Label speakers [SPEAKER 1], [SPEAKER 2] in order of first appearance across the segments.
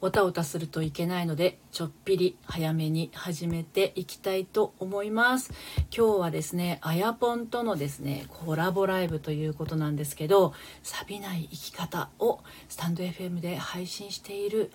[SPEAKER 1] おたおたするといけないのでちょっぴり早めに始めていきたいと思います今日はですねあやぽんとのですねコラボライブということなんですけど錆びない生き方をスタンド FM で配信している、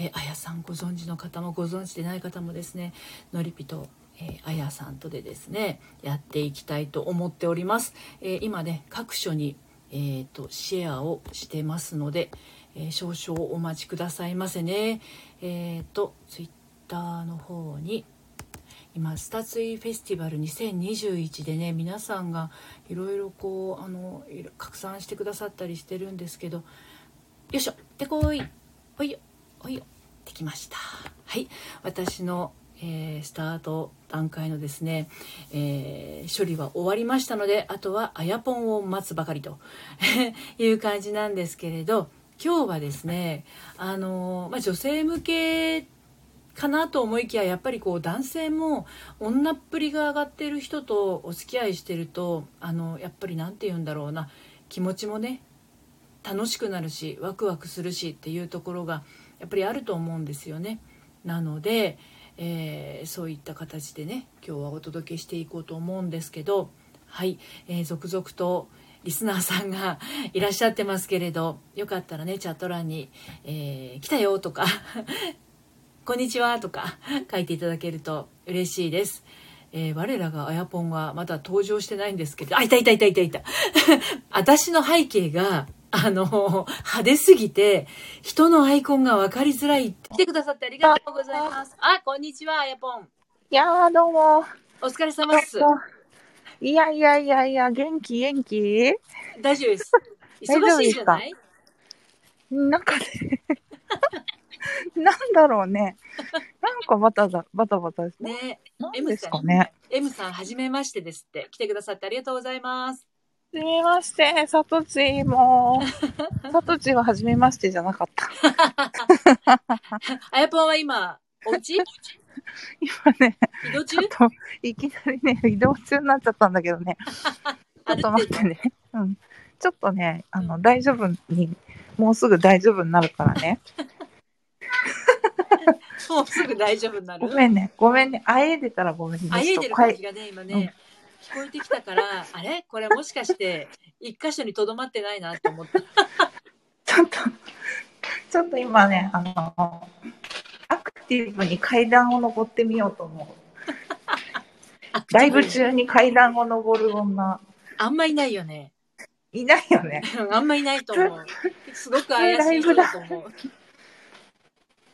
[SPEAKER 1] えー、あやさんご存知の方もご存知でない方もですねのりぴとえー、あやさんとでですねやっていきたいと思っております、えー、今ね各所に、えーと、とシェアをしてますので、えー、少々お待ちくださいませねえっ、ー、とツイッターの方に今スタツイフェスティバル2021でね皆さんがいろいろこうあの拡散してくださったりしてるんですけどよいしょでこいおいよおいよできましたはい私のえー、スタート段階のですね、えー、処理は終わりましたのであとはあやぽんを待つばかりと いう感じなんですけれど今日はですね、あのー、まあ、女性向けかなと思いきややっぱりこう男性も女っぷりが上がってる人とお付き合いしてるとあのやっぱり何て言うんだろうな気持ちもね楽しくなるしワクワクするしっていうところがやっぱりあると思うんですよね。なので、えー、そういった形でね今日はお届けしていこうと思うんですけどはい、えー、続々とリスナーさんがいらっしゃってますけれどよかったらねチャット欄に「えー、来たよ」とか 「こんにちは」とか書いていただけると嬉しいです。えー、我らがあやぽんはまだ登場してないんですけど、あ、いたいたいたいたいた。 私の背景があの、派手すぎて、人のアイコンが分かりづらい。来てくださってありがとうございます。あ、こんにちは、やぽん。
[SPEAKER 2] いやどうも。
[SPEAKER 1] お疲れ様です。
[SPEAKER 2] いやいやいやいや、元気元気
[SPEAKER 1] 大丈夫です。忙しいじゃない
[SPEAKER 2] なんかね、 なんだろうね。なんかバタバタ、バタバタ
[SPEAKER 1] して。ね
[SPEAKER 2] え、ですかね。
[SPEAKER 1] M さん、はじめましてですって。来てくださってありがとうございます。
[SPEAKER 2] はじめまして、さと ちも。さとちははじめましてじゃなかった。
[SPEAKER 1] あやぽんは今、お 家
[SPEAKER 2] 今ね、
[SPEAKER 1] 移動中
[SPEAKER 2] いきなりね、移動中になっちゃったんだけどね。ちょっと待ってね。うん。ちょっとね、あの、大丈夫に、もうすぐ大丈夫になるからね。
[SPEAKER 1] もうすぐ大丈夫になる。
[SPEAKER 2] ごめんね、ごめんね。あえいでたらごめんね。
[SPEAKER 1] あえいでる感じがね、今ね。うん聞こえてきたから、あれこれもしかして一箇所にとどまってないなと思った。
[SPEAKER 2] ちょっと、ちょっと今ね、あの、アクティブに階段を登ってみようと思う。ライブ中に階段を登る女。
[SPEAKER 1] あんまいないよね。
[SPEAKER 2] いないよね。
[SPEAKER 1] あんまいないと思 う。すごく怪しい人だと思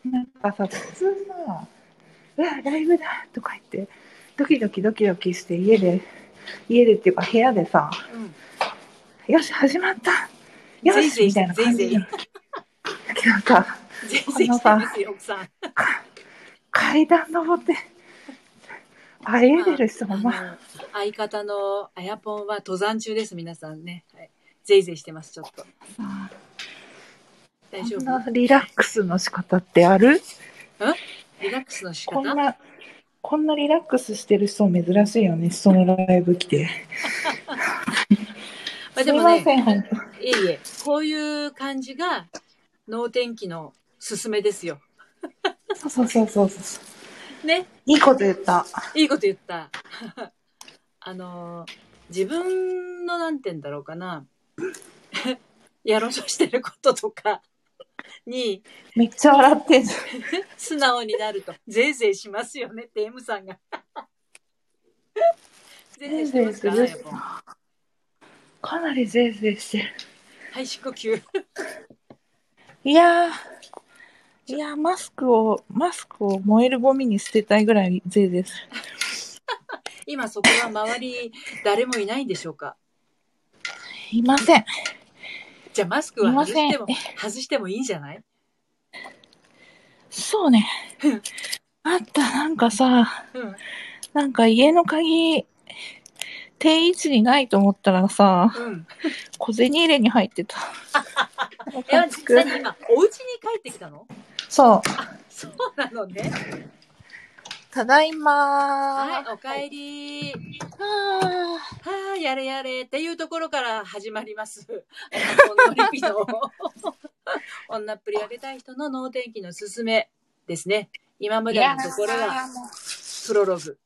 [SPEAKER 2] う。なんかさ、普通さ、うわ、ライブだとか言って、ドキドキドキドキして家で家でっていうか部屋でさ、うん、よし始まったよしみたいな感じでなんか
[SPEAKER 1] このさ
[SPEAKER 2] 階段登ってあえでる人も、まあ、
[SPEAKER 1] 相方のあやぽんは登山中です皆さんね、はい、ぜいぜいしてますちょっと
[SPEAKER 2] 大丈夫リラックスの仕方ってある
[SPEAKER 1] リラックスの仕方
[SPEAKER 2] こんなリラックスしてる人珍しいよね、人のライブ来て。
[SPEAKER 1] まあでもね、いえいえ、こういう感じが能天気のすすめですよ。。
[SPEAKER 2] そうそうそうそうそう
[SPEAKER 1] ね。
[SPEAKER 2] いいこと言った。
[SPEAKER 1] いいこと言った。 あのー、自分のなんて言うんだろうかな。 やろうとしてることとか。に、
[SPEAKER 2] めっちゃ笑ってんじゃん。
[SPEAKER 1] 素直になると、ぜいぜいしますよねって M さんが。 ぜいぜいしてますか、ね、
[SPEAKER 2] かなりぜいぜいしてる。
[SPEAKER 1] はい、呼吸。
[SPEAKER 2] いやいやマスクを、マスクを燃えるゴミに捨てたいぐらいぜいです。
[SPEAKER 1] 今そこは周り、誰もいないんでしょうか
[SPEAKER 2] いません。
[SPEAKER 1] じゃマスクは外しても、外してもいいんじゃない
[SPEAKER 2] そうね。あった、なんかさ、うん、なんか家の鍵、定位置にないと思ったらさ、うん、小銭入れに入ってた。
[SPEAKER 1] え、実際に今、お家に帰ってきたの
[SPEAKER 2] そう。
[SPEAKER 1] そうなのね。
[SPEAKER 2] ただいまー
[SPEAKER 1] はい、おかえり。
[SPEAKER 2] は
[SPEAKER 1] はあ、やれやれっていうところから始まります。あのこのリピの女っぷり上げたい人の脳天気のすすめですね。今ま
[SPEAKER 2] ー
[SPEAKER 1] でのところ
[SPEAKER 2] いや
[SPEAKER 1] が
[SPEAKER 2] ーも
[SPEAKER 1] プロローグ。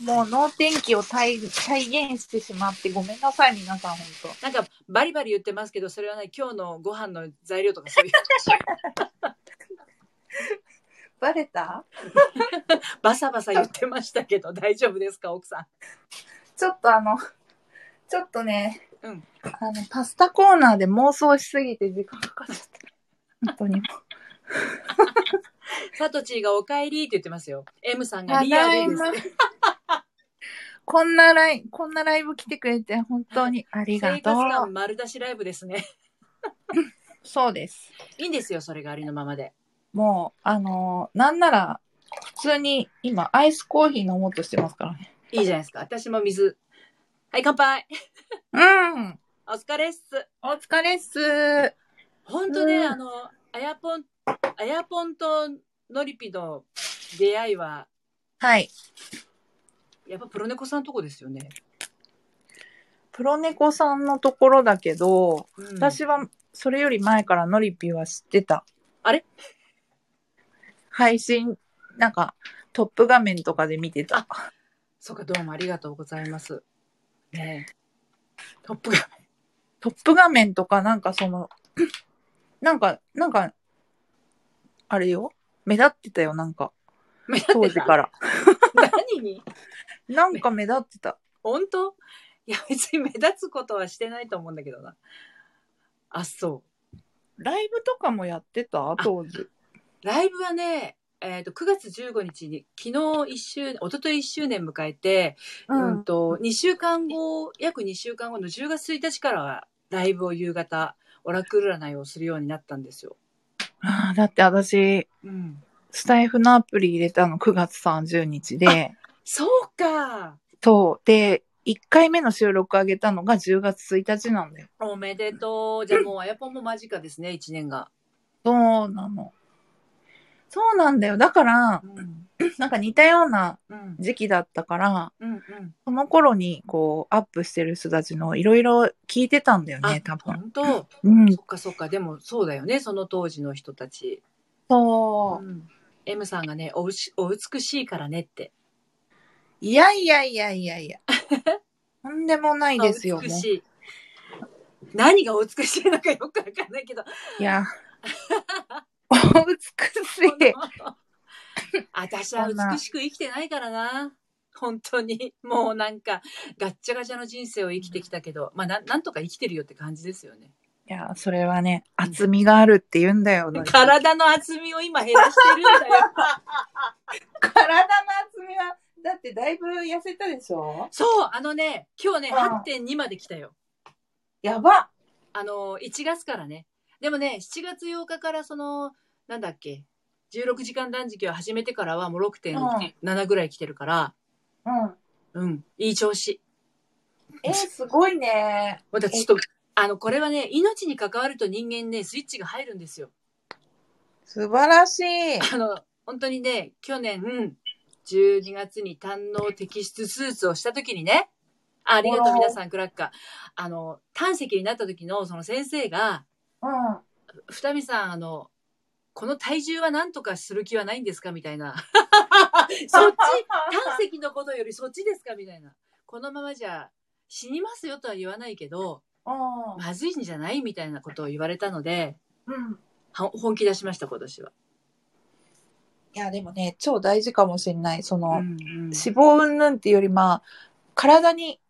[SPEAKER 2] うもう能天気を体体現してしまってごめんなさい皆さん本当
[SPEAKER 1] なんかバリバリ言ってますけど、それはね、今日のご飯の材料とかそういう
[SPEAKER 2] バレた
[SPEAKER 1] バサバサ言ってましたけど、大丈夫ですか、奥さ
[SPEAKER 2] ちょっとあのちょっとね、
[SPEAKER 1] うん
[SPEAKER 2] あのパスタコーナーで妄想しすぎて時間かかっちゃった本当に
[SPEAKER 1] ん。サトチーがおかえりって言ってますよ。M さんがリアルです、ね。
[SPEAKER 2] こんなライブこんなライブ来てくれて本当にありが
[SPEAKER 1] 生活
[SPEAKER 2] とう
[SPEAKER 1] 感丸出しライブですね。
[SPEAKER 2] そうです
[SPEAKER 1] いいんですよ、それがありのままで。
[SPEAKER 2] もうあのーなんなら普通に今アイスコーヒー飲もうとしてますからね
[SPEAKER 1] いいじゃないですか。私も水。はい、乾杯。
[SPEAKER 2] うん
[SPEAKER 1] お疲れっす。
[SPEAKER 2] お疲れっす
[SPEAKER 1] 本当ね、
[SPEAKER 2] うん
[SPEAKER 1] あの、あやぽん、あやぽんとのりぴの出会いは、
[SPEAKER 2] はい
[SPEAKER 1] やっぱプロ猫さんとこですよね。
[SPEAKER 2] プロ猫さんのところだけど、
[SPEAKER 1] うん、
[SPEAKER 2] 私はそれより前からノリピは知ってた。
[SPEAKER 1] あれ
[SPEAKER 2] 配信、なんかトップ画面とかで見てた。
[SPEAKER 1] そうか、どうもありがとうございます。ねえトップが、
[SPEAKER 2] トップ画面とかなんかその、 なんか、なんか、あれよ目立ってたよ、なんか。
[SPEAKER 1] 目立
[SPEAKER 2] 当
[SPEAKER 1] って
[SPEAKER 2] 時
[SPEAKER 1] た。
[SPEAKER 2] から。
[SPEAKER 1] 何に
[SPEAKER 2] なんか目立ってた。
[SPEAKER 1] 本当いや、別に目立つことはしてないと思うんだけどな。あ、そ
[SPEAKER 2] ライブとかもやってた当時。
[SPEAKER 1] う。ライブはね、えっ、と、9月15日に、昨日1周、一昨日1周年迎えて、うん。と、2週間後、約2週間後の10月1日からは、ライブを夕方、オラクル占いをするようになったんですよ。
[SPEAKER 2] あ ーだって私、
[SPEAKER 1] うん。
[SPEAKER 2] スタイフのアプリ入れたの9月30日で。
[SPEAKER 1] そうか
[SPEAKER 2] そう。で、1回目の収録上げたのが10月1日なんだよ。
[SPEAKER 1] おめでとう。じゃあもう、あやぽんも間近ですね、1年が。
[SPEAKER 2] そうなの。そうなんだよ。だから、
[SPEAKER 1] うん。
[SPEAKER 2] なんか似たような
[SPEAKER 1] うん。
[SPEAKER 2] 時期だったから、
[SPEAKER 1] うん。うん。
[SPEAKER 2] その頃にこう、アップしてる人たちのいろいろ聞いてたんだよね、多
[SPEAKER 1] あ、
[SPEAKER 2] 分。
[SPEAKER 1] 本当
[SPEAKER 2] うん。
[SPEAKER 1] そっかそっか。でも、そうだよね、その当時の人たち。
[SPEAKER 2] そうう。
[SPEAKER 1] ん。M さんがね、おうし、お美しいからねって。
[SPEAKER 2] いやいやいやいやい や。とんでもないですよ。
[SPEAKER 1] あ
[SPEAKER 2] もう
[SPEAKER 1] 美しい。何がお美しいのかよくわかんない けど、
[SPEAKER 2] いや。お美しい。
[SPEAKER 1] 私は美しく生きてないからな。本当に。もうなんか、ガッチャガチャの人生を生きてきたけど、まあ、なんなんとか生きてるよって感じですよね。
[SPEAKER 2] いや、それはね、厚みがあるって言うんだよ。
[SPEAKER 1] 体の厚みを今減らしてるんだよ。
[SPEAKER 2] 体の厚みは、だってだいぶ痩せたでしょ
[SPEAKER 1] そう、あのね、今日ね、
[SPEAKER 2] うん
[SPEAKER 1] 8.2まで来たよ。
[SPEAKER 2] やば
[SPEAKER 1] あの、1月からね。でもね、7月8日からその、なんだっけ、16時間断食を始めてからはもう6.7ぐらい来てるから、
[SPEAKER 2] うん。
[SPEAKER 1] うん、いい調子。
[SPEAKER 2] えー、すごいね。
[SPEAKER 1] またちょっと、あの、これはね、命に関わると人間ね、スイッチが入るんですよ。
[SPEAKER 2] 素晴らしい。
[SPEAKER 1] あの、本当にね、去年、12月に胆の摘出手術をした時にね、あありがとう
[SPEAKER 2] おー
[SPEAKER 1] 皆さん、クラッカー。あの、胆石になった時のその先生が、
[SPEAKER 2] うん。
[SPEAKER 1] 二見さん、あの、この体重は何とかする気はないんですかみたい な。そっち、胆石のことよりそっちですかみたいな。このままじゃ死にますよとは言わないけど、まずいんじゃないみたいなことを言われたので、
[SPEAKER 2] うん。うん。
[SPEAKER 1] は本気出しました、今年は。
[SPEAKER 2] いや、でもね、超大事かもしれない。その、
[SPEAKER 1] うんうん
[SPEAKER 2] 脂肪云々っていうより、まあ、体に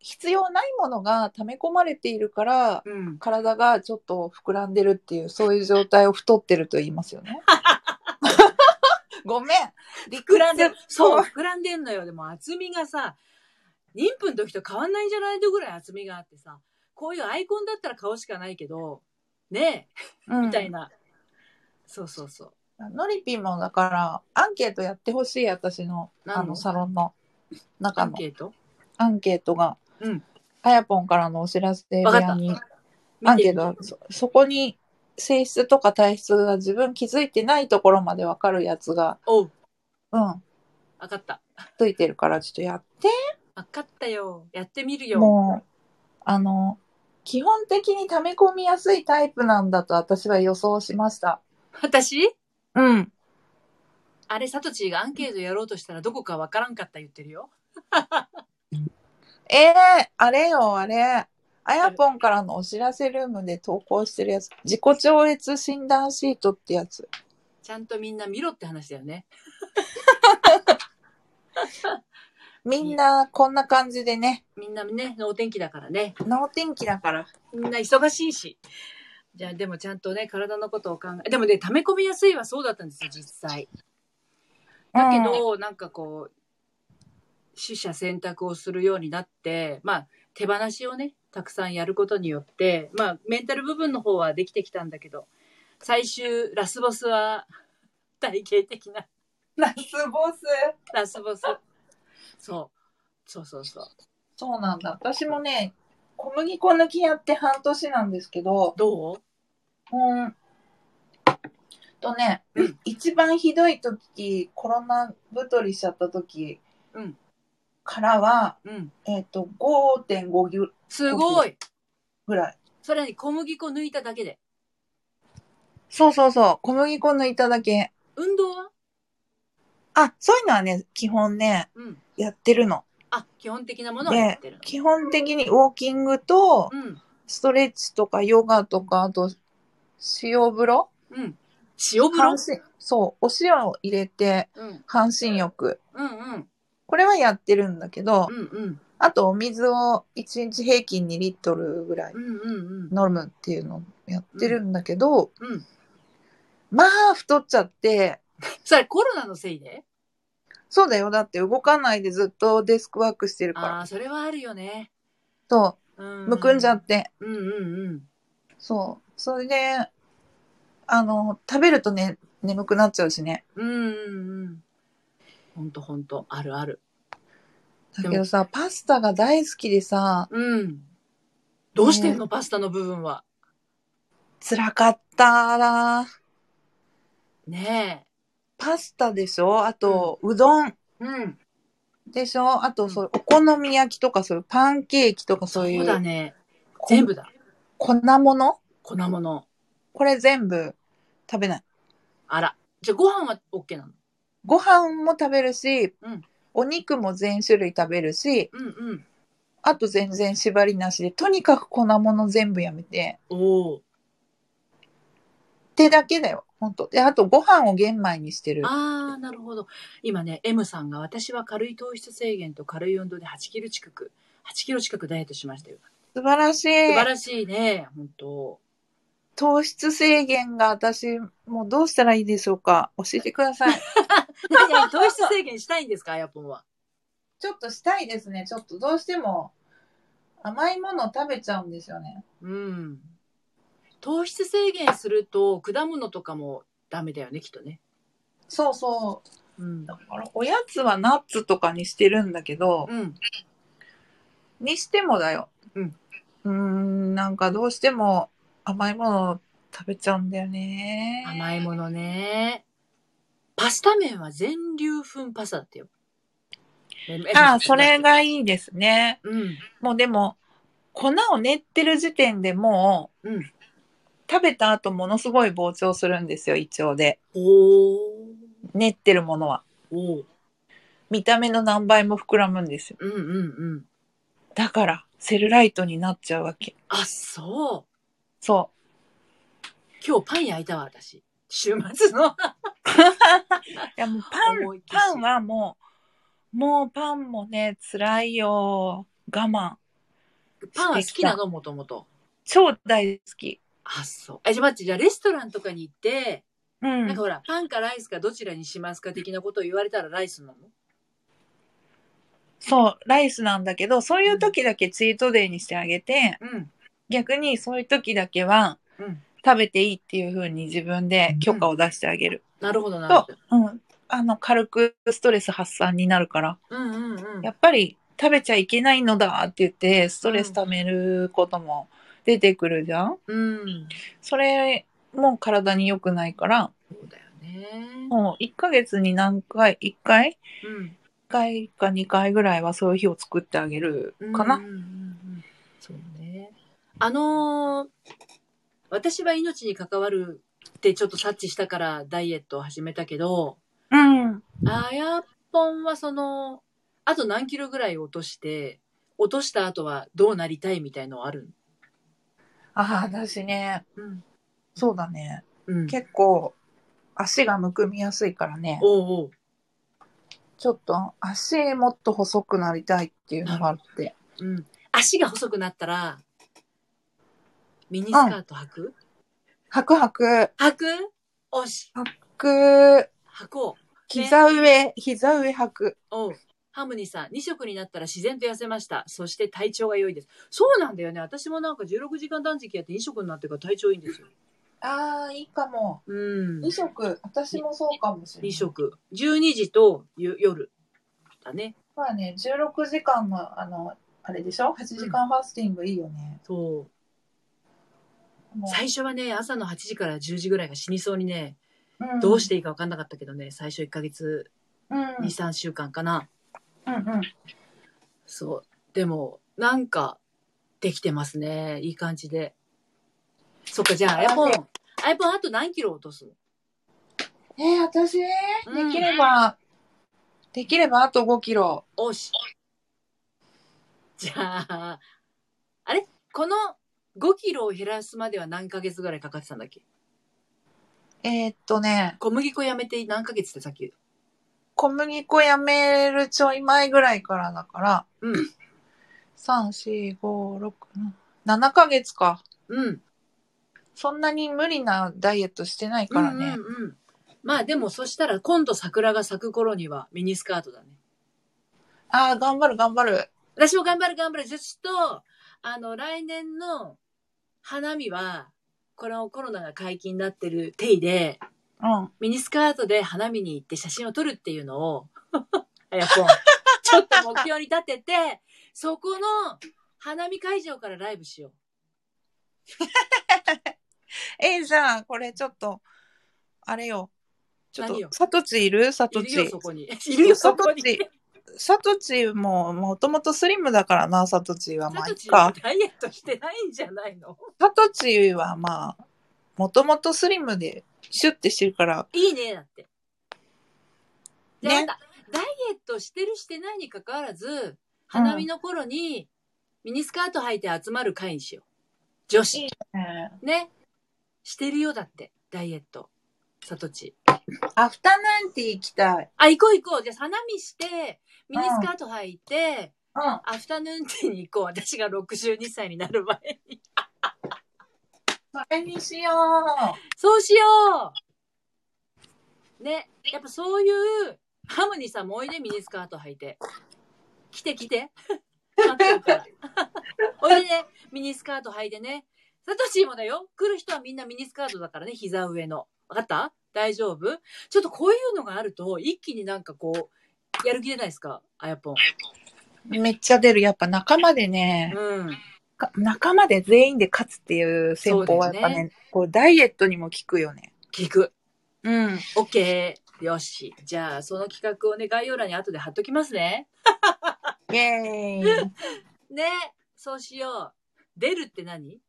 [SPEAKER 2] 必要ないものが溜め込まれているから、
[SPEAKER 1] うん、
[SPEAKER 2] 体がちょっと膨らんでるっていう、そういう状態を太ってると言いますよ ね。ごめん。
[SPEAKER 1] 膨らんでる。そう、
[SPEAKER 2] う
[SPEAKER 1] 膨らんでんのよ。でも厚みがさ、妊婦の時と変わんないんじゃないのぐらい厚みがあってさ、こういうアイコンだったら顔しかないけど、ね
[SPEAKER 2] うん
[SPEAKER 1] え、みたいな。そうそうそう。
[SPEAKER 2] ノリピーもだから、アンケートやってほしい、私の、
[SPEAKER 1] 何の
[SPEAKER 2] あの、サロンの
[SPEAKER 1] ア
[SPEAKER 2] 中
[SPEAKER 1] ン
[SPEAKER 2] の
[SPEAKER 1] ケート
[SPEAKER 2] アンケートが、
[SPEAKER 1] うん。
[SPEAKER 2] あやぽんからのお知らせ部
[SPEAKER 1] わかった
[SPEAKER 2] 屋に、。
[SPEAKER 1] 見
[SPEAKER 2] アンケ
[SPEAKER 1] て
[SPEAKER 2] ートがそ、そこに、性質とか体質が自分気づいてないところまでわかるやつが、
[SPEAKER 1] おう
[SPEAKER 2] うん、
[SPEAKER 1] 分かった
[SPEAKER 2] ついてるからちょっとやって
[SPEAKER 1] 分かったよやってみるよ
[SPEAKER 2] もうあの基本的に溜め込みやすいタイプなんだと私は予想しました
[SPEAKER 1] 私
[SPEAKER 2] うん
[SPEAKER 1] あれサトチーがアンケートやろうとしたらどこか分からんかった言ってるよ
[SPEAKER 2] ええあれよあれあやぽんからのお知らせルームで投稿してるやつ自己調律診断シートってやつ
[SPEAKER 1] ちゃんとみんな見ろって話だよね
[SPEAKER 2] みんなこんな感じでね
[SPEAKER 1] みんなねお天気だからね
[SPEAKER 2] 脳天気だから
[SPEAKER 1] みんな忙しいしじゃあでもちゃんとね体のことを考えでもね溜め込みやすいはそうだったんですよ実際だけど、なんかこう取捨選択をするようになってまあ手放しをねたくさんやることによってまあメンタル部分の方はできてきたんだけど最終ラスボスは体系的な
[SPEAKER 2] ラスボス
[SPEAKER 1] ラス ボスそうそうそうそう
[SPEAKER 2] そうなんだ私もね小麦粉抜きやって半年なんですけど
[SPEAKER 1] どう
[SPEAKER 2] うーんとね、一番ひどい時コロナ太りしちゃった時
[SPEAKER 1] うん
[SPEAKER 2] からは、
[SPEAKER 1] うん
[SPEAKER 2] えっと5.5ギュ
[SPEAKER 1] すごい
[SPEAKER 2] ぐらい
[SPEAKER 1] それに小麦粉抜いただけで
[SPEAKER 2] そうそうそう小麦粉抜いただけ
[SPEAKER 1] 運動は
[SPEAKER 2] あそういうのはね基本ね
[SPEAKER 1] うん
[SPEAKER 2] やってるの
[SPEAKER 1] あ基本的なものはやってるの
[SPEAKER 2] 基本的にウォーキングと
[SPEAKER 1] うん
[SPEAKER 2] ストレッチとかヨガとかあと塩風呂
[SPEAKER 1] うん塩風
[SPEAKER 2] 半
[SPEAKER 1] 呂
[SPEAKER 2] 身そうお塩を入れて
[SPEAKER 1] うん
[SPEAKER 2] 半身浴
[SPEAKER 1] うんうん
[SPEAKER 2] これはやってるんだけど、
[SPEAKER 1] うんうん
[SPEAKER 2] あとお水を1日平均2リットルぐらい
[SPEAKER 1] うんうん
[SPEAKER 2] 飲むっていうのをやってるんだけど、
[SPEAKER 1] うんうん
[SPEAKER 2] まあ太っちゃって
[SPEAKER 1] それコロナのせいで
[SPEAKER 2] そうだよだって動かないでずっとデスクワークしてるから
[SPEAKER 1] ああ、それはあるよね。
[SPEAKER 2] そううんむくんじゃって、
[SPEAKER 1] うんうんうん。
[SPEAKER 2] そうそれであの食べるとね眠くなっちゃうしね
[SPEAKER 1] うんうんうん。ほんとほんと、あるある。
[SPEAKER 2] だけどさパスタが大好きでさ
[SPEAKER 1] うん。どうしてんの、パスタの部分は。
[SPEAKER 2] 辛かったら
[SPEAKER 1] ね
[SPEAKER 2] パスタでしょあと、うどん
[SPEAKER 1] え。うん。
[SPEAKER 2] でしょあとそうお好み焼きとかそういうパンケーキとかそうい
[SPEAKER 1] そう
[SPEAKER 2] う
[SPEAKER 1] だね。
[SPEAKER 2] こ
[SPEAKER 1] 全部だ。
[SPEAKER 2] 粉物
[SPEAKER 1] 粉物。
[SPEAKER 2] これ全部食べない
[SPEAKER 1] あら。じゃあご飯は OK なの
[SPEAKER 2] ご飯も食べるし、
[SPEAKER 1] うん
[SPEAKER 2] お肉も全種類食べるし
[SPEAKER 1] うんうん。
[SPEAKER 2] あと全然縛りなしでとにかく粉物全部やめて
[SPEAKER 1] おお。
[SPEAKER 2] 手だけだよほんとであとご飯を玄米にしてる
[SPEAKER 1] ああ、なるほど。今ね、M さんが私は軽い糖質制限と軽い運動で8キロ近く、8キロ近くダイエットしましたよ。
[SPEAKER 2] 素晴らしい
[SPEAKER 1] 素晴らしいね。本当
[SPEAKER 2] 糖質制限が私もうどうしたらいいでしょうか教えてく ださい
[SPEAKER 1] 何々糖質制限したいんですか、あやぽんは。
[SPEAKER 2] ちょっとしたいですねちょっとどうしても甘いものを食べちゃうんですよね
[SPEAKER 1] うん。糖質制限すると果物とかもダメだよねきっとね。
[SPEAKER 2] そうそう
[SPEAKER 1] うん。
[SPEAKER 2] だからおやつはナッツとかにしてるんだけど、
[SPEAKER 1] うん。
[SPEAKER 2] にしてもだよ。
[SPEAKER 1] うん。
[SPEAKER 2] うーん、なんかどうしても甘いものを食べちゃうんだよね。い。
[SPEAKER 1] 甘いものね。パスタ麺は全粒粉パスタだってよ。
[SPEAKER 2] ああ、それ。がいいですね。
[SPEAKER 1] うん。
[SPEAKER 2] もうでも、粉を練ってる時点でもう、
[SPEAKER 1] うん
[SPEAKER 2] 食べた後ものすごい膨張するんですよ、胃腸で。
[SPEAKER 1] お
[SPEAKER 2] 練ってるものは。
[SPEAKER 1] お。おー
[SPEAKER 2] 見た目の何倍も膨らむんですよ。
[SPEAKER 1] うんうんうん。
[SPEAKER 2] だから、セルライトになっちゃうわけ。
[SPEAKER 1] あそう。
[SPEAKER 2] そう。
[SPEAKER 1] 今日パン焼いたわ私。週末の。
[SPEAKER 2] いやもうパン
[SPEAKER 1] 思い、切り
[SPEAKER 2] パンはもう、もうパンもね、辛いよ。我
[SPEAKER 1] パ
[SPEAKER 2] 慢。
[SPEAKER 1] ンは好きなのもともと。
[SPEAKER 2] 超大好き。
[SPEAKER 1] あそう。えじゃあ待ってじゃあレストランとかに行って。
[SPEAKER 2] う
[SPEAKER 1] なんか
[SPEAKER 2] ん。
[SPEAKER 1] ほら、パンかライスかどちらにしますか的なことを言われたらライスなの
[SPEAKER 2] そう、ライスなんだけど、そういう時だけチートデイにしてあげて、
[SPEAKER 1] うん。
[SPEAKER 2] 逆にそういう時だけは
[SPEAKER 1] うん。
[SPEAKER 2] 食べていいっていう風に自分で許可を出してあげる。
[SPEAKER 1] なるほど、なるほど。
[SPEAKER 2] うん。あの、軽くストレス発散になるから。
[SPEAKER 1] うんうんうん。
[SPEAKER 2] やっぱり食べちゃいけないのだって言って、ストレス溜めることも出てくるじゃん
[SPEAKER 1] うん。
[SPEAKER 2] それも体に良くないから、
[SPEAKER 1] そうだよね。
[SPEAKER 2] もう1ヶ月に何回、1回
[SPEAKER 1] うん。
[SPEAKER 2] 1回か2回ぐらいはそういう日を作ってあげる
[SPEAKER 1] うん
[SPEAKER 2] かな。
[SPEAKER 1] うんうんうん
[SPEAKER 2] そうね。
[SPEAKER 1] あのー私は命に関わるってちょっと察知したからダイエットを始めたけど、
[SPEAKER 2] うん。
[SPEAKER 1] あやっぽんはその、あと何キロぐらい落として、落とした後はどうなりたいみたいのはある
[SPEAKER 2] ああ、私ね、
[SPEAKER 1] うん。
[SPEAKER 2] そうだね。
[SPEAKER 1] うん。
[SPEAKER 2] 結構、足がむくみやすいからね。
[SPEAKER 1] おうおう。
[SPEAKER 2] ちょっと、足もっと細くなりたいっていうのがあって。
[SPEAKER 1] うん。足が細くなったら、ミニスカート履く、
[SPEAKER 2] はくはく、
[SPEAKER 1] 履くおし、
[SPEAKER 2] く、
[SPEAKER 1] 履こう。
[SPEAKER 2] 膝上、膝上はく。
[SPEAKER 1] おう。ハムニさん、2食になったら自然と痩せました。そして体調が良いです。そうなんだよね。私もなんか16時間断食やって2食になってから体調いいんですよ。
[SPEAKER 2] ああ、いいかも。
[SPEAKER 1] うん。
[SPEAKER 2] 二食、私もそうかもしれない。
[SPEAKER 1] 2。食。12時とゆ夜だね。
[SPEAKER 2] まあね、16時間の、あの、あれでしょ ?8 時間ファスティングいいよね。
[SPEAKER 1] そう。
[SPEAKER 2] もう
[SPEAKER 1] 最初はね、朝の8時から10時ぐらいが死にそうにね、
[SPEAKER 2] うん
[SPEAKER 1] どうしていいか分かんなかったけどね、最初1ヶ月
[SPEAKER 2] うん。うん
[SPEAKER 1] 2、3週間かな。
[SPEAKER 2] うん。
[SPEAKER 1] そう。でも、なんか、できてますね。いい感じで。そっか、じゃあ、アイポン。アイポンあと何キロ落とすの
[SPEAKER 2] えー、私、で
[SPEAKER 1] うん
[SPEAKER 2] きれば、できればあと5キロ。
[SPEAKER 1] おし。じゃあ、あれこの5キロを減らすまでは何ヶ月ぐらいかかってたんだっけ
[SPEAKER 2] えーっとね、
[SPEAKER 1] 小麦粉やめて何ヶ月ってさっき。
[SPEAKER 2] 小麦粉やめるちょい前ぐらいからだから、
[SPEAKER 1] うん。
[SPEAKER 2] 3、4、5、6、7ヶ月か。
[SPEAKER 1] うん。
[SPEAKER 2] そんなに無理なダイエットしてないからね。
[SPEAKER 1] うんうんうん。まあでもそしたら今度桜が咲く頃にはミニスカートだね。
[SPEAKER 2] ああ、頑張る頑張る。
[SPEAKER 1] 私も頑張る頑張る。じゃあちょっと、あの、来年の花見は、このコロナが解禁になってる体で、
[SPEAKER 2] うん。
[SPEAKER 1] ミニスカートで花見に行って写真を撮るっていうのを、 あやぽ ん、ちょっと目標に立てて、そこの花見会場からライブしよ
[SPEAKER 2] えー、じゃあ、これちょっと、あれよ。ちょっ
[SPEAKER 1] 何よ
[SPEAKER 2] と、サトチいるサ
[SPEAKER 1] う。
[SPEAKER 2] ト
[SPEAKER 1] いるよ、
[SPEAKER 2] チ
[SPEAKER 1] そ。こに。いるよ、そ
[SPEAKER 2] サ
[SPEAKER 1] こ
[SPEAKER 2] ト
[SPEAKER 1] に。
[SPEAKER 2] チ。サトチも、もともとスリムだからな、サトチは。まあ、
[SPEAKER 1] さと
[SPEAKER 2] いっ
[SPEAKER 1] ち、
[SPEAKER 2] か。
[SPEAKER 1] ダイエットしてないんじゃないの
[SPEAKER 2] サトチはまあ、もともとスリムでシュッてしてるから、
[SPEAKER 1] いいね、だって。で、
[SPEAKER 2] ね
[SPEAKER 1] また、ダイエットしてるしてないに関わらず、花見の頃に、ミニスカート履いて集まる会にしよう。女子。ね。してるよ、だって。ダイエット。さとち。
[SPEAKER 2] アフタヌーンティー行きたい。
[SPEAKER 1] あ、行こう行こう。じゃあ、花見して、ミニスカート履いて、
[SPEAKER 2] うん。
[SPEAKER 1] アフタヌーンティーに行こう。私が62歳になる前に。
[SPEAKER 2] それにしよう。
[SPEAKER 1] そうしようね。やっぱそういう、ハムにさんもおいでミニスカート履いて。来て来て。 待ってるからおいでね、ミニスカート履いてね。サトシーもだよ。来る人はみんなミニスカートだからね、膝上の。わかった大丈夫ちょっとこういうのがあると、一気になんかこう、やる気出ないですかあやぽん。
[SPEAKER 2] めっちゃ出る。やっぱ仲間でね、
[SPEAKER 1] うん。
[SPEAKER 2] か仲間で全員で勝つっていう戦法はやっぱ
[SPEAKER 1] そうだ
[SPEAKER 2] ね、
[SPEAKER 1] よ
[SPEAKER 2] こうダイエットにも効くよね。
[SPEAKER 1] 聞く。
[SPEAKER 2] うん。
[SPEAKER 1] OK。よし。じゃあ、その企画をね、概要欄に後で貼っときますね。
[SPEAKER 2] イェーイ。
[SPEAKER 1] ねそうしよう。出るって何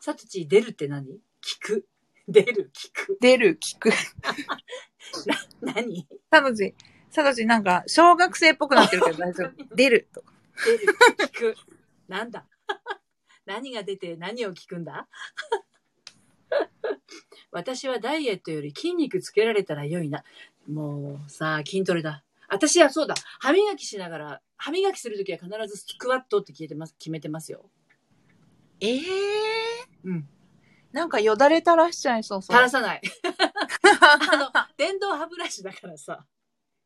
[SPEAKER 1] さとち、出るって何聞く。出る、聞く。
[SPEAKER 2] 出る、聞く。
[SPEAKER 1] 何
[SPEAKER 2] サトチ、サトチなんか小学生っぽくなっ てるけど大丈夫。出るとか。
[SPEAKER 1] 出る、聞く。なんだ 何が出て何を聞くんだ 私はダイエットより筋肉つけられたら良いな。もうさあ、筋トレだ。私はそうだ。歯磨きしながら、歯磨きするときは必ずスクワットって決めてます決めてますよ。
[SPEAKER 2] ええー。
[SPEAKER 1] うん。
[SPEAKER 2] なんかよだれ垂らしちゃいそう、そ
[SPEAKER 1] 垂
[SPEAKER 2] れ
[SPEAKER 1] らさ ない。あの、電動歯ブラシだからさ、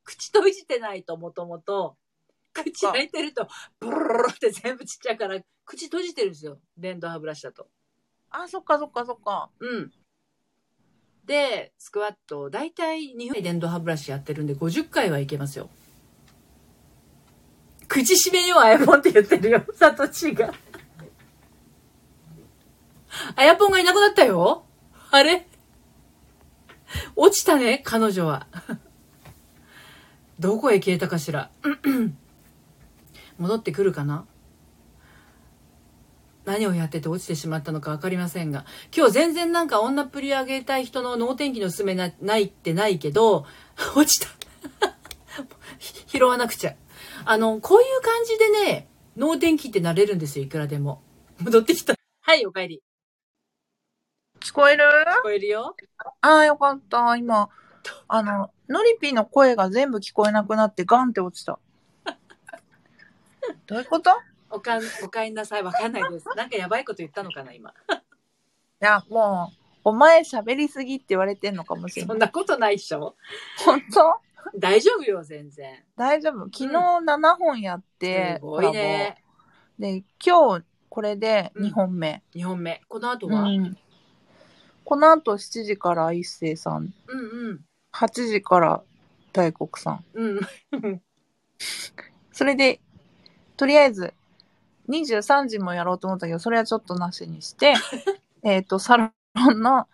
[SPEAKER 1] 口閉じてないともともと、口開いてると、ブルルルルって全部ちっちゃいから、口閉じてるんですよ。電動歯ブラシだと。
[SPEAKER 2] あ、そっかそっかそっか。
[SPEAKER 1] うん。で、スクワット、だいたい2分で電動歯ブラシやってるんで、50回はいけますよ。口閉めよう、あやぽんって言ってるよ。 さとちが。あやぽんがいなくなったよ。あれ落ちたね、彼女は。 どこへ消えたかしら。 戻ってくるかな何をやってて落ちてしまったのか分かりませんが今日全然なんか女っぷり上げたい人の脳天気のすすめなないってないけど 落ちたひ拾わなくちゃあのこういう感じでね脳天気ってなれるんですよいくらでも戻ってきたはいおかえり
[SPEAKER 2] 聞こえる
[SPEAKER 1] 聞こえるよ
[SPEAKER 2] ああ、よかった。今、あの、ノリピーの声が全部聞こえなくなってガンって落 ちた。どういうことい
[SPEAKER 1] おかんおかえりなさい分かんないですなんかやばいこと言ったのかな今
[SPEAKER 2] や、もう、お前喋りすぎって言われてんのかもしれ
[SPEAKER 1] そ
[SPEAKER 2] なんい。
[SPEAKER 1] なことないっしょ
[SPEAKER 2] 本当
[SPEAKER 1] 大丈夫よ全然
[SPEAKER 2] 大丈夫。昨日7本やって
[SPEAKER 1] す、ごいね
[SPEAKER 2] コラボで、今日これで
[SPEAKER 1] うん
[SPEAKER 2] 2本目。
[SPEAKER 1] 2本目この後は、うん、
[SPEAKER 2] うんこの後7時から一星さん、
[SPEAKER 1] うん
[SPEAKER 2] 8時から大黒さん。
[SPEAKER 1] うん
[SPEAKER 2] それで、とりあえず、23時もやろうと思ったけど、それはちょっとなし にして、えっと、サロンの、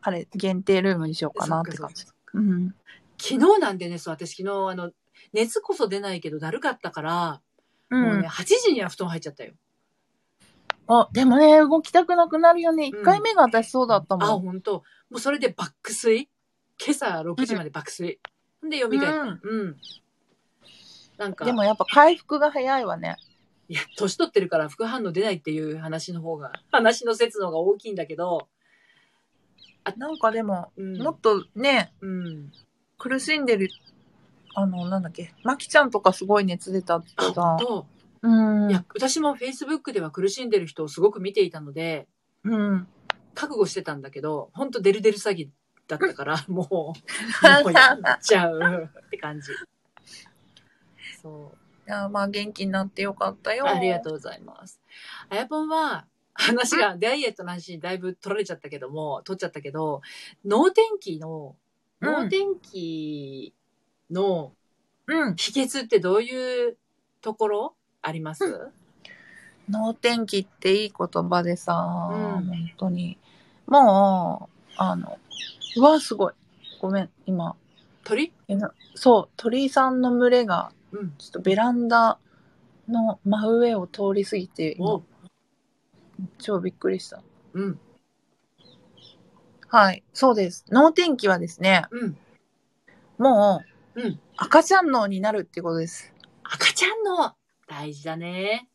[SPEAKER 2] あれ、限定ルームにしようかなって感じ
[SPEAKER 1] そっかそっかそっ。
[SPEAKER 2] うん。
[SPEAKER 1] 昨日なんでね、そう、私昨日、あの、熱こそ出ないけどだるかったから、
[SPEAKER 2] う
[SPEAKER 1] もうんね、8時には布団入っちゃったよ。
[SPEAKER 2] あ、でもね、動きたくなくなるよね。
[SPEAKER 1] うん
[SPEAKER 2] 1回目が私そうだった
[SPEAKER 1] あ、
[SPEAKER 2] もん。
[SPEAKER 1] ほんと。もうそれで爆睡今朝6時まで爆睡。で、読みたい。
[SPEAKER 2] うん
[SPEAKER 1] うん。なんか
[SPEAKER 2] で、もやっぱ回復が早いわね。
[SPEAKER 1] いや、年取ってるから副反応出ないっていう話の方が、話の説の方が大きいんだけど、
[SPEAKER 2] なんかでも、
[SPEAKER 1] うん。
[SPEAKER 2] もっとね、
[SPEAKER 1] うん。
[SPEAKER 2] 苦しんでる、あの、なんだっけ、まきちゃんとかすごい熱出たって
[SPEAKER 1] あ、ほ
[SPEAKER 2] さ
[SPEAKER 1] ん。と。
[SPEAKER 2] うん。
[SPEAKER 1] いや、私も Facebook では苦しんでる人をすごく見ていたので、
[SPEAKER 2] うん。
[SPEAKER 1] 覚悟してたんだけど、ほんとデルデル詐欺だった から、もう、もうやっ
[SPEAKER 2] い
[SPEAKER 1] ちゃうって感じ。そ
[SPEAKER 2] や、まあ元気になってよかった
[SPEAKER 1] う。
[SPEAKER 2] よ。
[SPEAKER 1] ありがとうございます。あやぽんは、話が、ダイエットの話にだいぶ取られちゃったけども、取っちゃったけど、脳天気の、
[SPEAKER 2] うん
[SPEAKER 1] 脳天気の
[SPEAKER 2] うん。
[SPEAKER 1] 秘訣ってどういうところあります、
[SPEAKER 2] 能天気っていい言葉でさ、
[SPEAKER 1] うん
[SPEAKER 2] 本当に。もう、あの、うわ、すごい。ごめん、今。
[SPEAKER 1] 鳥
[SPEAKER 2] えなそう、鳥居さんの群れが、
[SPEAKER 1] うん。
[SPEAKER 2] ちょっとベランダの真上を通り過ぎて、今
[SPEAKER 1] お
[SPEAKER 2] 超びっくりした。
[SPEAKER 1] うん。
[SPEAKER 2] はい、そうです。能天気はですね、
[SPEAKER 1] うん。
[SPEAKER 2] もう、
[SPEAKER 1] うん
[SPEAKER 2] 赤ちゃん脳になるってことです。
[SPEAKER 1] 赤ちゃんの大事だね。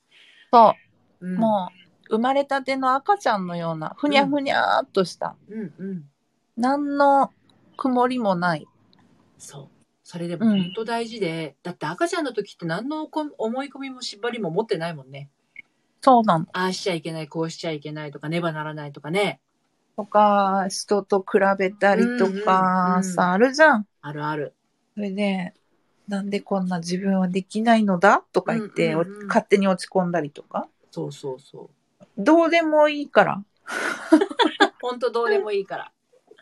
[SPEAKER 2] そうう、
[SPEAKER 1] ん、
[SPEAKER 2] もう、生まれたての赤ちゃんのような、ふにゃふにゃーっとした、
[SPEAKER 1] う。うんうん。
[SPEAKER 2] 何の曇りもない、
[SPEAKER 1] そう。それで
[SPEAKER 2] う
[SPEAKER 1] も
[SPEAKER 2] ん
[SPEAKER 1] 本当大事で、だって赤ちゃんの時って何のこ思い込みも縛りも持ってないもんね。
[SPEAKER 2] そうなの。
[SPEAKER 1] ああしちゃいけない、こうしちゃいけないとか、ねばならないとかね。
[SPEAKER 2] とか、人と比べたりと
[SPEAKER 1] うんうんう
[SPEAKER 2] か
[SPEAKER 1] ん
[SPEAKER 2] さ、あるじゃん。
[SPEAKER 1] あるある。
[SPEAKER 2] それで、なんでこんな自分はできないのだとか言って、
[SPEAKER 1] うんうんうん
[SPEAKER 2] 勝手に落ち込んだりとか。
[SPEAKER 1] そうそうそ
[SPEAKER 2] どうでもいいから。
[SPEAKER 1] う。本当どうでもいいから。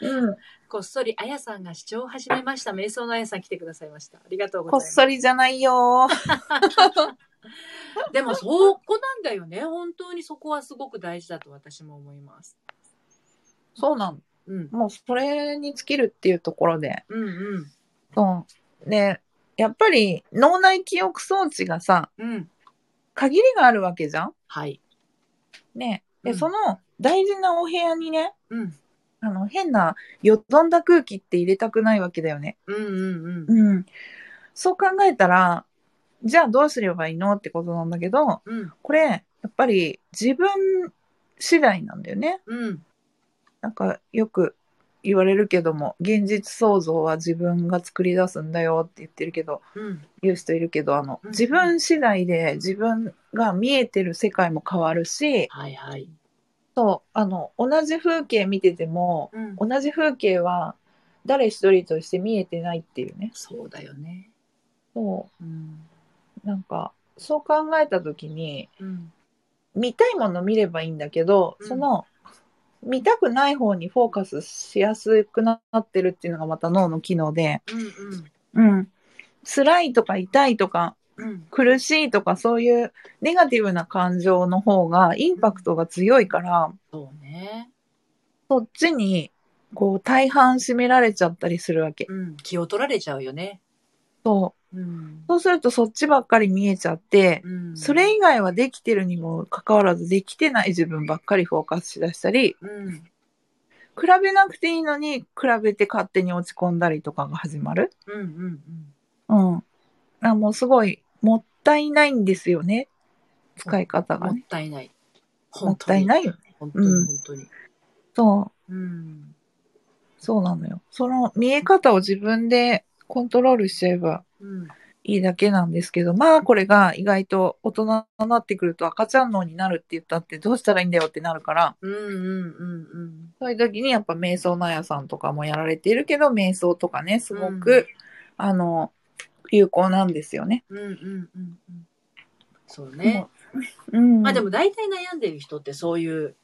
[SPEAKER 2] うん。
[SPEAKER 1] こっそりあやさんが視聴を始めました。瞑想のあやさん来てくださいました。ありがとうござ
[SPEAKER 2] こ
[SPEAKER 1] いま
[SPEAKER 2] っ
[SPEAKER 1] す。
[SPEAKER 2] そりじゃないよー。
[SPEAKER 1] でもそこなんだよね。本当にそこはすごく大事だと私も思います。
[SPEAKER 2] そうなの。
[SPEAKER 1] うん。
[SPEAKER 2] もうそれに尽きるっていうところで。
[SPEAKER 1] うんうん。
[SPEAKER 2] そう。で、やっぱり脳内記憶装置がさ、
[SPEAKER 1] うん。
[SPEAKER 2] 限りがあるわけじゃん
[SPEAKER 1] はい。
[SPEAKER 2] ね。で、
[SPEAKER 1] うん
[SPEAKER 2] その大事なお部屋にね、
[SPEAKER 1] うん。
[SPEAKER 2] あの、変な、よどんだ空気って入れたくないわけだよね。
[SPEAKER 1] うんうんうん。
[SPEAKER 2] うん。そう考えたら、じゃあどうすればいいのってことなんだけど、
[SPEAKER 1] うん。
[SPEAKER 2] これ、やっぱり自分次第なんだよね。
[SPEAKER 1] うん。
[SPEAKER 2] なんかよく言われるけども、現実創造は自分が作り出すんだよって言ってるけど、
[SPEAKER 1] うん。
[SPEAKER 2] 言う人いるけど、あの、
[SPEAKER 1] うん
[SPEAKER 2] 自分次第で自分が見えてる世界も変わるし、
[SPEAKER 1] はいはい。
[SPEAKER 2] そう、あの、同じ風景見てても、
[SPEAKER 1] うん。
[SPEAKER 2] 同じ風景は誰一人として見えてないっていうね。
[SPEAKER 1] そうだよね。
[SPEAKER 2] そう。
[SPEAKER 1] うん。
[SPEAKER 2] なんか、そう考えたときに、
[SPEAKER 1] うん。
[SPEAKER 2] 見たいもの見ればいいんだけど、
[SPEAKER 1] うん
[SPEAKER 2] その、見たくない方にフォーカスしやすくなってるっていうのがまた脳の機能で、
[SPEAKER 1] うんうん。
[SPEAKER 2] うん。辛いとか痛いとか
[SPEAKER 1] うん。
[SPEAKER 2] 苦しいとかそういうネガティブな感情の方がインパクトが強いから、
[SPEAKER 1] そうね。
[SPEAKER 2] そっちにこう大半占められちゃったりするわけ。
[SPEAKER 1] うん、気を取られちゃうよね。
[SPEAKER 2] そ
[SPEAKER 1] う
[SPEAKER 2] う。
[SPEAKER 1] ん
[SPEAKER 2] そうするとそっちばっかり見えちゃって、
[SPEAKER 1] うん、
[SPEAKER 2] それ以外はできてるにもかかわらずできてない自分ばっかりフォーカスしだしたり、
[SPEAKER 1] うん
[SPEAKER 2] 比べなくていいのに比べて勝手に落ち込んだりとかが始まる。
[SPEAKER 1] うんうん
[SPEAKER 2] うん。あもうすごいもったいないんですよね。使
[SPEAKER 1] う
[SPEAKER 2] い
[SPEAKER 1] ん、
[SPEAKER 2] 方
[SPEAKER 1] も
[SPEAKER 2] が
[SPEAKER 1] っ
[SPEAKER 2] ね。
[SPEAKER 1] たいない。。
[SPEAKER 2] もったいないいよね。
[SPEAKER 1] 本当に
[SPEAKER 2] うん
[SPEAKER 1] 本当に。
[SPEAKER 2] そう。
[SPEAKER 1] うん。
[SPEAKER 2] そうなのよ。その見え方を自分でコントロールしちゃえば
[SPEAKER 1] うん。
[SPEAKER 2] いいだけなんですけど、まあこれが意外と大人になってくると赤ちゃん脳になるって言ったってどうしたらいいんだよってなるから、
[SPEAKER 1] うんうんうんうん。
[SPEAKER 2] そういう時にやっぱ瞑想納屋さんとかもやられているけど、瞑想とかね、すごく、
[SPEAKER 1] うん
[SPEAKER 2] あの、有効なんですよね。
[SPEAKER 1] うんうんうんうん。そうね。
[SPEAKER 2] うん。
[SPEAKER 1] まあでも大体悩んでる人ってそういう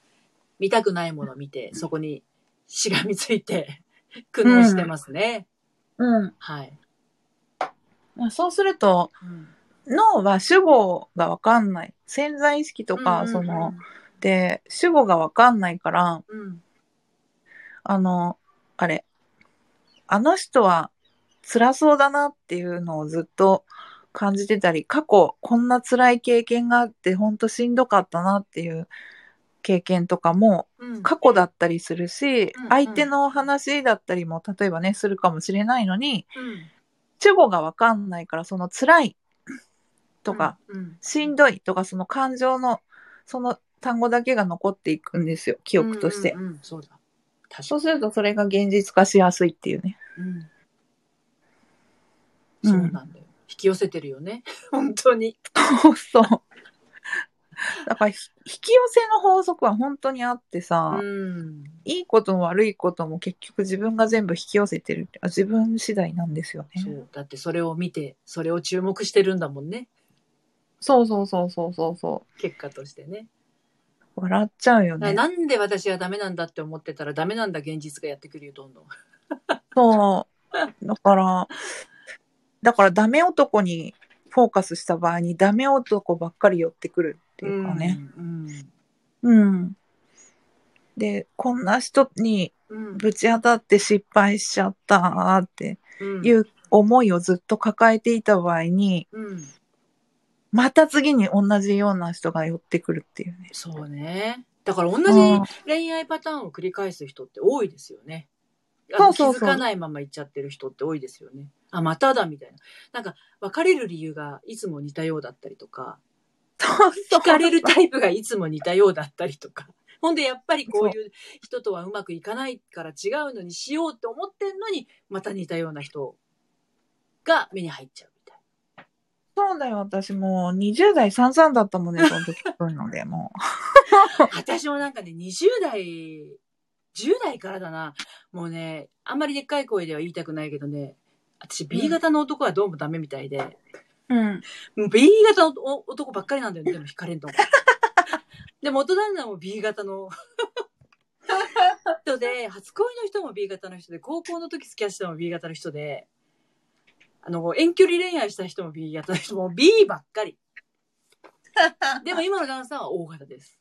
[SPEAKER 1] 見たくないものを見て、そこにしがみついて苦悩してますね。
[SPEAKER 2] うん。
[SPEAKER 1] はい。
[SPEAKER 2] そうすると、
[SPEAKER 1] うん
[SPEAKER 2] 脳は主語がわかんない。潜在意識とか、その、、で、主語がわかんないから、
[SPEAKER 1] うん
[SPEAKER 2] あの、あれ、あの人は辛そうだなっていうのをずっと感じてたり、過去こんな辛い経験があって、ほんとしんどかったなっていう経験とかも
[SPEAKER 1] うんうん、
[SPEAKER 2] 過去だったりするし
[SPEAKER 1] うんうん、
[SPEAKER 2] 相手の話だったりも例えばね、するかもしれないのに、
[SPEAKER 1] うん
[SPEAKER 2] 主語がわかんないから、その辛いとか、、
[SPEAKER 1] うん
[SPEAKER 2] しんどいとか、その感情の、その単語だけが残っていくんですよ、記憶として。
[SPEAKER 1] うんうんうんそうだ。確か
[SPEAKER 2] そう
[SPEAKER 1] に。
[SPEAKER 2] するとそれが現実化しやすいっていうね。
[SPEAKER 1] うん
[SPEAKER 2] うん
[SPEAKER 1] そうなんだよ。引き寄せてるよね。 本当に。
[SPEAKER 2] そうそう。だからひ引き寄せの法則は本当にあってさ、
[SPEAKER 1] うん。
[SPEAKER 2] いいことも悪いことも結局自分が全部引き寄せてるあ自分次第なんですよね。
[SPEAKER 1] そう。だってそれを見て、それを注目してるんだもんね。
[SPEAKER 2] そうそうそうそうそうそ
[SPEAKER 1] 結果としてね。
[SPEAKER 2] う。笑っちゃうよ
[SPEAKER 1] だから
[SPEAKER 2] ね。
[SPEAKER 1] なんで私はダメなんだって思ってたらダメなんだ現実がやってくるよ、どんどん。
[SPEAKER 2] そう。だから、だからダメ男にフォーカスした場合にダメ男ばっかり寄ってくるっていうかね。
[SPEAKER 1] うん。
[SPEAKER 2] うん。で、こんな人に
[SPEAKER 1] うん。
[SPEAKER 2] ぶち当たって失敗しちゃったーって
[SPEAKER 1] うん。
[SPEAKER 2] いう思いをずっと抱えていた場合に、
[SPEAKER 1] うん。
[SPEAKER 2] また次に同じような人が寄ってくるっていうね。
[SPEAKER 1] そうね。だから同じ
[SPEAKER 2] うん
[SPEAKER 1] 恋愛パターンを繰り返す人って多いですよね。あの気
[SPEAKER 2] そうそうそう
[SPEAKER 1] づかないまま行っちゃってる人って多いですよね。あ、まただみたいな。なんか別れる理由がいつも似たようだったりとか、
[SPEAKER 2] そうそう。
[SPEAKER 1] 惹かれるタイプがいつも似たようだったりとか。 ほんでやっぱりこういう人とはうまくいかないから違うのにしようって思ってんのに、また似たような人が目に入っちゃうみたい
[SPEAKER 2] そうだよ、私もう20代33だったもんね、その時。そういうので、も
[SPEAKER 1] な。私もなんかね、20代、10代からだな。もうね、あんまりでっかい声では言いたくないけどね、私 B 型の男はどうもダメみたいで、
[SPEAKER 2] う。うん。
[SPEAKER 1] もう B 型の男ばっかりなんだよね、でも惹 かれんと思う。でも元旦那も B 型 の人で、初恋の人も B 型の人で、高校の時付き合ってたのも B 型の人で、あの、遠距離恋愛した人も B 型の人も B ばっか り。でも今の旦那さんは O 型です。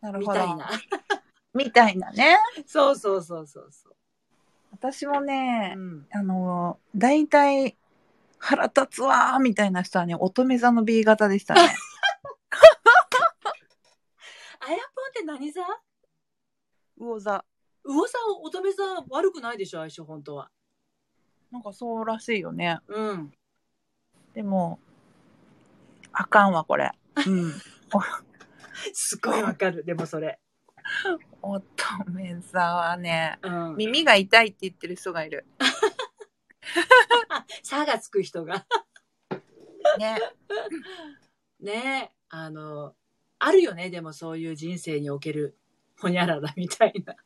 [SPEAKER 2] なる
[SPEAKER 1] み
[SPEAKER 2] ほ
[SPEAKER 1] たい
[SPEAKER 2] ど。
[SPEAKER 1] な。
[SPEAKER 2] みたいなね。
[SPEAKER 1] そうそうそうそうそう。
[SPEAKER 2] 私も
[SPEAKER 1] う
[SPEAKER 2] ね、
[SPEAKER 1] ん。
[SPEAKER 2] あの、大体、腹立つわーみたいな人はね、乙女座の B 型でしたね。
[SPEAKER 1] あやぽんって何座
[SPEAKER 2] 魚座。
[SPEAKER 1] 魚座、乙女座悪くないでしょ、相性本当は。
[SPEAKER 2] なんかそうらしいよね。
[SPEAKER 1] うん。
[SPEAKER 2] でも、あかんわ、これ。 うん。
[SPEAKER 1] すごいわかる。でもそれ。
[SPEAKER 2] 乙女座はね、
[SPEAKER 1] うん。
[SPEAKER 2] 耳が痛いって言ってる人がいる。
[SPEAKER 1] 差がつく人が。
[SPEAKER 2] ね。
[SPEAKER 1] ねえ、あの、あるよね、でもそういう人生における、ほにゃららみたいな。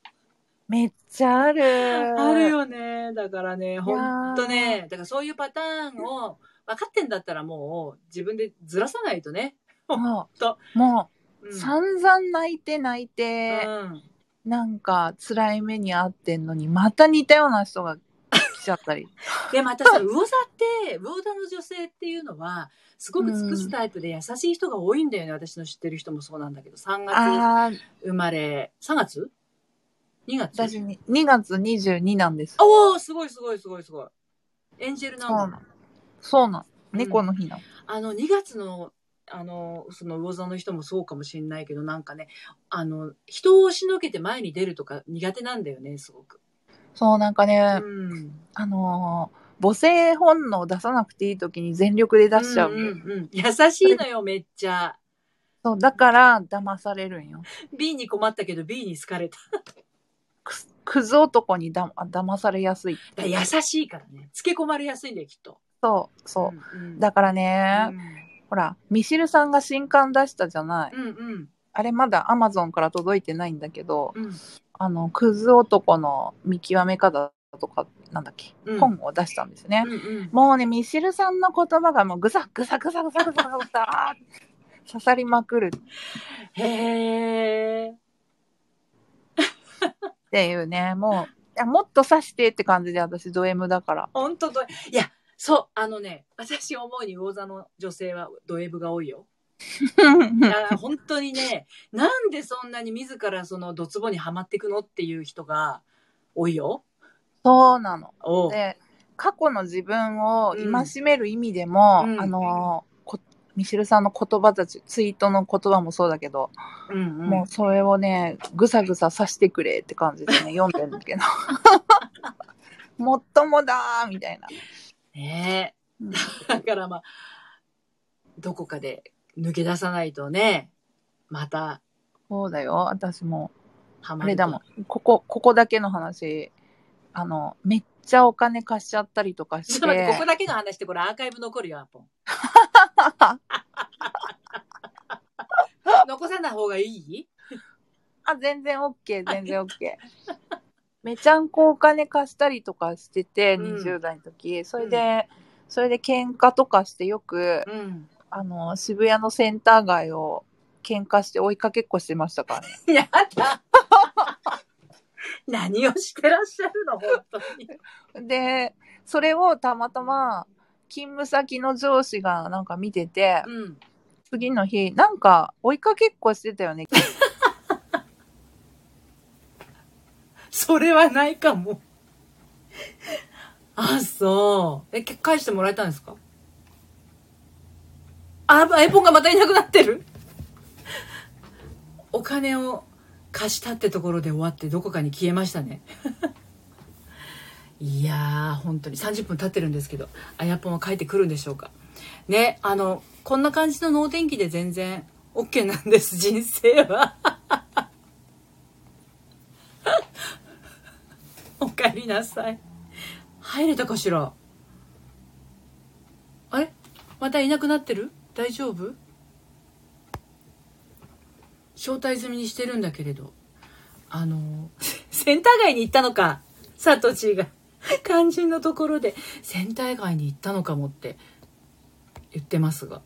[SPEAKER 2] めっちゃある。
[SPEAKER 1] ある。よね。だからね、ほんと
[SPEAKER 2] い
[SPEAKER 1] ね、だからそういうパターンを分かってんだったらもう自分でずらさないとね。
[SPEAKER 2] もう
[SPEAKER 1] と、
[SPEAKER 2] も
[SPEAKER 1] う
[SPEAKER 2] う、
[SPEAKER 1] ん。
[SPEAKER 2] 散々泣いて泣いて、
[SPEAKER 1] うん
[SPEAKER 2] なんか辛い目に遭ってんのに、また似たような人が来ち ゃったり。
[SPEAKER 1] で、またさ、魚座って、魚座の女性っていうのは、すごく尽くすタイプで優しい人が多いんだよね。私の知ってる人もそうなんだけど、3月
[SPEAKER 2] ああ、
[SPEAKER 1] 生まれ、3月2月
[SPEAKER 2] 私に2月22なんです。
[SPEAKER 1] おおすごいすごいすごいすごい。エンジェルナ
[SPEAKER 2] そう
[SPEAKER 1] ン
[SPEAKER 2] な
[SPEAKER 1] バー。。
[SPEAKER 2] んそうなん。
[SPEAKER 1] うん
[SPEAKER 2] 猫の日なの。
[SPEAKER 1] あの、2月の、あの、その魚座の人もそうかもしれないけど、なんかね、あの、人を押しのけて前に出るとか苦手なんだよね、すごく。
[SPEAKER 2] そう、なんかね、
[SPEAKER 1] うん。
[SPEAKER 2] あのー母性本能出さなくていい時に全力で出しちゃう。
[SPEAKER 1] んんうん優しいのよ、めっちゃ。
[SPEAKER 2] そう、だから騙されるんよ。
[SPEAKER 1] B に困ったけど B に好かれた。
[SPEAKER 2] くすクズ男にだ騙されやすい。
[SPEAKER 1] だから優しいからね。つけ込まれやすいんだよ、きっと。
[SPEAKER 2] そう、そう。
[SPEAKER 1] うんうん。
[SPEAKER 2] だからね、ほら、ミシルさんが新刊出したじゃない。
[SPEAKER 1] うんうん
[SPEAKER 2] あれまだアマゾンから届いてないんだけど、
[SPEAKER 1] うん。
[SPEAKER 2] あの、クズ男の見極め方とか、なんだっけ、
[SPEAKER 1] うん
[SPEAKER 2] 本を出したんですね。
[SPEAKER 1] うんうん。
[SPEAKER 2] もうね、ミシルさんの言葉がもうぐさぐさぐさぐさぐさぐさ刺さりまくる
[SPEAKER 1] へえ。
[SPEAKER 2] っていうね、もう、いやもっと刺してって感じで私ド M だから。
[SPEAKER 1] 本当と。いや、そう、あのね、私思うに魚座の女性はド M が多いよ。いや、本当にね、なんでそんなに自らそのドツボにはまっていくのっていう人が多いよ。
[SPEAKER 2] そうなの。
[SPEAKER 1] おう。
[SPEAKER 2] で、過去の自分を
[SPEAKER 1] うん
[SPEAKER 2] 戒める意味でも、
[SPEAKER 1] うん
[SPEAKER 2] あの、こミシルさんの言葉たち、ツイートの言葉もそうだけど、
[SPEAKER 1] うんうん。
[SPEAKER 2] もうそれをね、ぐさぐさ刺してくれって感じで ね、読んでるんだけど。 もっともだーみたいな。
[SPEAKER 1] ね
[SPEAKER 2] うん
[SPEAKER 1] え。だからまあ、どこかで抜け出さないとね、また
[SPEAKER 2] そうだよ、私も。
[SPEAKER 1] ハマ
[SPEAKER 2] あ
[SPEAKER 1] る
[SPEAKER 2] れ
[SPEAKER 1] と
[SPEAKER 2] だもん。ここ、ここだけの話。あの、めっちゃお金貸しちゃったりとか
[SPEAKER 1] ちょ
[SPEAKER 2] し
[SPEAKER 1] ってと。待って、ここだけの話ってこれアーカイブ残るよ、ア ポン。残さない方がいい
[SPEAKER 2] あ、全然 OK、全然 OK。めちゃんこお金貸したりとかしてて、
[SPEAKER 1] うん
[SPEAKER 2] 20代の時。それで、それで喧嘩とかしてよく、
[SPEAKER 1] うん。
[SPEAKER 2] あの、渋谷のセンター街を喧嘩して追いかけっこしてましたからね。
[SPEAKER 1] やだ何をしてらっしゃるの、本当に。
[SPEAKER 2] で、それをたまたま、勤務先の上司がなんか見てて、
[SPEAKER 1] うん。
[SPEAKER 2] 次の日、なんか追いかけっこしてたよね。
[SPEAKER 1] それはないかも。あ、そう。え、け返してもらえたんですかあ、エポンがまたいなくなってるお金を貸したってところで終わってどこかに消えましたね。 いやー、本当に30分経ってるんですけど、あやぽんは帰ってくるんでしょうか。ね、あの、こんな感じの脳天気で全然 OK なんです、人生は。 おかえりなさい。入れたかしらあれまたいなくなってる大丈夫招待済みにしてるんだけれど。あの、 センター街に行ったのか。サトチー が。肝心のところで、センター街に行ったのかもって言ってますが。